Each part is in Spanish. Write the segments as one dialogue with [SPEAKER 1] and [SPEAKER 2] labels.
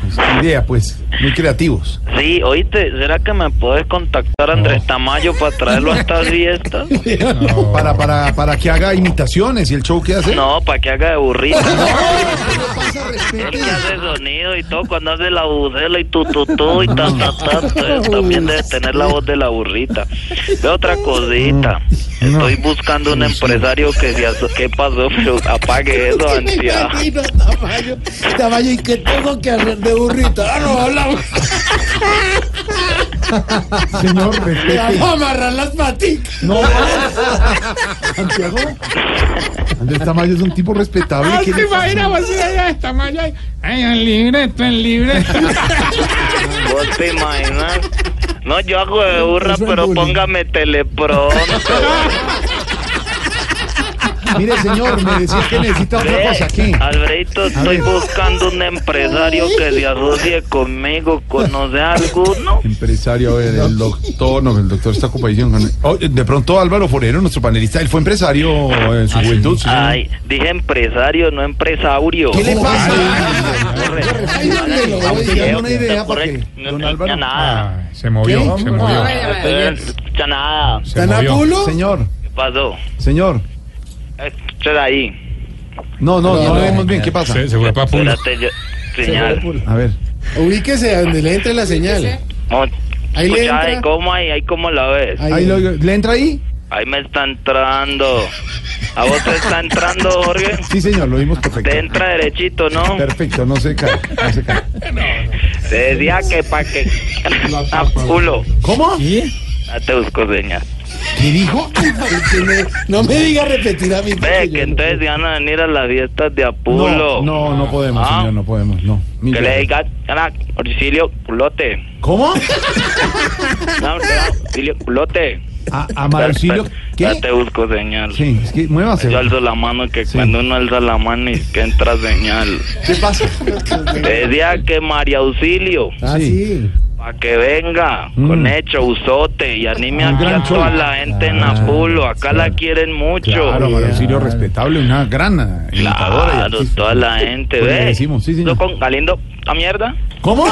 [SPEAKER 1] pues, qué idea, pues, muy creativos.
[SPEAKER 2] Sí, oíste, ¿será que me puedes contactar a Andrés Tamayo para traerlo a esta fiesta?
[SPEAKER 1] Para, para, para que haga imitaciones y el show que hace.
[SPEAKER 2] No, para que haga de burrito.
[SPEAKER 1] Pasa,
[SPEAKER 2] Él
[SPEAKER 1] respete.
[SPEAKER 2] que hace sonido y todo, cuando hace la bucela y tu tu tu y ta ta ta, ta, eh, también debe tener la voz de la burrita. Ve otra cosita, estoy buscando un empresario que se aso- ¿qué pasó? Pero apague eso, ansiedad.
[SPEAKER 3] Imagino, Tamayo, Tamayo, ¿y qué tengo que hacer de burrito? Ah, no, hablamos.
[SPEAKER 1] Señor, respete.
[SPEAKER 3] Vamos a amarrar las patitas.
[SPEAKER 1] No, Santiago. Andrés Tamayo es un tipo respetable.
[SPEAKER 3] Ah,
[SPEAKER 1] ¿Qué
[SPEAKER 3] te
[SPEAKER 1] le pasa?
[SPEAKER 3] imaginas, así allá de Tamayo. ahí. Ay, el libreto, el libreto.
[SPEAKER 2] ¿Vos te imaginas? No, yo hago de burra,
[SPEAKER 1] Eso es
[SPEAKER 2] pero
[SPEAKER 1] bullying.
[SPEAKER 2] póngame teleprompter.
[SPEAKER 1] Mire, señor, me decía que necesita otra cosa aquí.
[SPEAKER 2] Alberto, estoy
[SPEAKER 1] ver.
[SPEAKER 2] buscando un empresario que se asocie conmigo. ¿Conoce alguno?
[SPEAKER 1] Empresario, a ver, el doctor, no, el doctor está ocupadísimo. con- Oh, de pronto Álvaro Forero, nuestro panelista, él fue empresario en su juventud. sí, señor.
[SPEAKER 2] Ay, dije empresario, no empresaurio.
[SPEAKER 1] ¿Qué le pasa?
[SPEAKER 2] Corre.
[SPEAKER 1] Ay, dame lo, oiga,
[SPEAKER 2] Ah, ok,
[SPEAKER 1] dame
[SPEAKER 2] ok,
[SPEAKER 1] una idea para
[SPEAKER 2] corre.
[SPEAKER 1] que
[SPEAKER 2] No,
[SPEAKER 1] don
[SPEAKER 2] no,
[SPEAKER 1] Álvaro- Ah,
[SPEAKER 2] ya nada.
[SPEAKER 3] se movió, se movió.
[SPEAKER 2] Eh, Ya nada.
[SPEAKER 3] Se movió.
[SPEAKER 1] Señor, Señor,
[SPEAKER 2] ¿Qué pasó?
[SPEAKER 1] señor.
[SPEAKER 2] Eh, Espera ahí.
[SPEAKER 1] No, no, no lo vemos bien. ¿Qué pasa?
[SPEAKER 3] Se fue para Pulo.
[SPEAKER 2] Espérate, yo. Señal.
[SPEAKER 1] A ver.
[SPEAKER 3] Ubíquese a donde le entre la señal.
[SPEAKER 2] Mo-
[SPEAKER 3] Ahí
[SPEAKER 2] Escucha,
[SPEAKER 3] le entra.
[SPEAKER 2] ahí cómo ahí, ahí cómo la ves.
[SPEAKER 1] Ahí lo- ¿Le entra ahí?
[SPEAKER 2] Ahí me está entrando. ¿A vos te está entrando, Jorge?
[SPEAKER 1] Sí, señor, lo vimos perfecto.
[SPEAKER 2] Te entra derechito, ¿no?
[SPEAKER 1] Perfecto, no se cae. No se cae.
[SPEAKER 2] Te decía que pa' que... Ah, culo.
[SPEAKER 1] ¿Cómo?
[SPEAKER 2] Ah, te busco señal.
[SPEAKER 1] ¿Qué dijo?
[SPEAKER 3] No me diga repetir a mí.
[SPEAKER 2] Ve que entonces se van a venir a las fiestas de
[SPEAKER 1] No,
[SPEAKER 2] Apulo.
[SPEAKER 1] no, no podemos,
[SPEAKER 2] Ah.
[SPEAKER 1] señor, no podemos, no. Mire.
[SPEAKER 2] Que le digas, carac, Orsilio, culote.
[SPEAKER 1] ¿Cómo?
[SPEAKER 2] No, no, Orsilio, culote.
[SPEAKER 1] A, a Marcilio,
[SPEAKER 2] Ya
[SPEAKER 1] ¿qué?
[SPEAKER 2] te busco señal.
[SPEAKER 1] Sí, es que muévase.
[SPEAKER 2] Yo alzo la mano que cuando uno alza la mano y que entra señal.
[SPEAKER 1] ¿Qué pasa?
[SPEAKER 2] Te decía que María Auxilio,
[SPEAKER 1] Ah, sí.
[SPEAKER 2] para que venga
[SPEAKER 1] Mm.
[SPEAKER 2] con hecho usote y anime
[SPEAKER 1] Un
[SPEAKER 2] aquí
[SPEAKER 1] gran
[SPEAKER 2] a
[SPEAKER 1] show.
[SPEAKER 2] toda la gente en
[SPEAKER 1] Claro,
[SPEAKER 2] Apulo. Acá la quieren mucho.
[SPEAKER 1] Claro, Marcilio respetable, una gran imitadora. y
[SPEAKER 2] Claro,
[SPEAKER 1] artista.
[SPEAKER 2] toda la gente,
[SPEAKER 1] Pues le
[SPEAKER 2] ve.
[SPEAKER 1] decimos, sí, señor.
[SPEAKER 2] Yo con Galindo, a mierda.
[SPEAKER 1] ¿Cómo?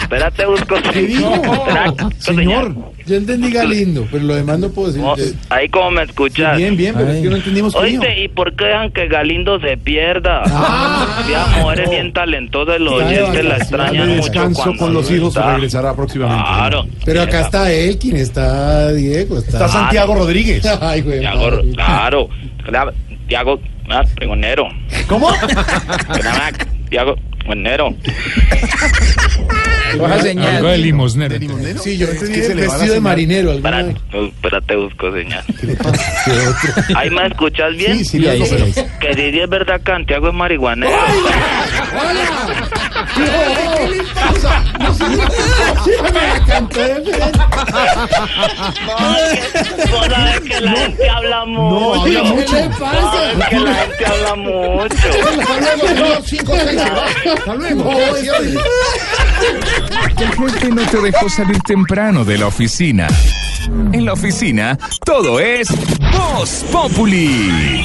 [SPEAKER 2] Espérate, busco.
[SPEAKER 1] ¿Qué dijo?
[SPEAKER 2] Espera, busco
[SPEAKER 1] Señor, Eh,
[SPEAKER 2] señal.
[SPEAKER 3] Yo entendí Galindo, pero lo demás no puedo
[SPEAKER 2] Oh,
[SPEAKER 3] decir.
[SPEAKER 2] ahí como me escuchas.
[SPEAKER 1] bien, bien, pero es que no entendimos qué dijo.
[SPEAKER 2] Oíste, ¿y por qué dejan que Galindo se pierda?
[SPEAKER 1] Ah.
[SPEAKER 2] Ya, mujeres bien talentosas, los
[SPEAKER 3] Está de
[SPEAKER 2] oyentes la
[SPEAKER 3] vacaciones,
[SPEAKER 2] extrañan
[SPEAKER 1] de
[SPEAKER 2] mucho.
[SPEAKER 1] descanso
[SPEAKER 2] cuando
[SPEAKER 1] con los
[SPEAKER 2] no
[SPEAKER 1] hijos
[SPEAKER 2] está.
[SPEAKER 1] regresará próximamente.
[SPEAKER 4] Ah,
[SPEAKER 2] Claro.
[SPEAKER 3] Pero acá está Elkin, está Diego,
[SPEAKER 1] Está
[SPEAKER 3] está.
[SPEAKER 1] Santiago Rodríguez.
[SPEAKER 3] Ay, güey.
[SPEAKER 2] Tiago,
[SPEAKER 3] madre.
[SPEAKER 2] claro. claro, Tiago, ah, pregonero.
[SPEAKER 1] ¿Cómo?
[SPEAKER 2] Claro, Tiago, pregonero.
[SPEAKER 1] Ah,
[SPEAKER 4] Algo de limosnero.
[SPEAKER 3] Sí, yo
[SPEAKER 1] Es que
[SPEAKER 3] entendí
[SPEAKER 1] se
[SPEAKER 3] el
[SPEAKER 1] le va la
[SPEAKER 3] vestido de
[SPEAKER 1] señal.
[SPEAKER 3] marinero. alguna-
[SPEAKER 2] Espérate, espérate, busco señal. ¿Ahí me escuchas bien?
[SPEAKER 1] Sí, sí, le oigo, pero-
[SPEAKER 2] Que si sí es verdad que Santiago es marihuanero. Vos sabés que la gente habla mucho.
[SPEAKER 1] No, habla mucho.
[SPEAKER 3] ¿Qué le pasa?
[SPEAKER 2] Es que la gente habla mucho.
[SPEAKER 1] Hasta luego.
[SPEAKER 4] El jefe no te dejó salir temprano de la oficina. En la oficina, todo es Voz Populi.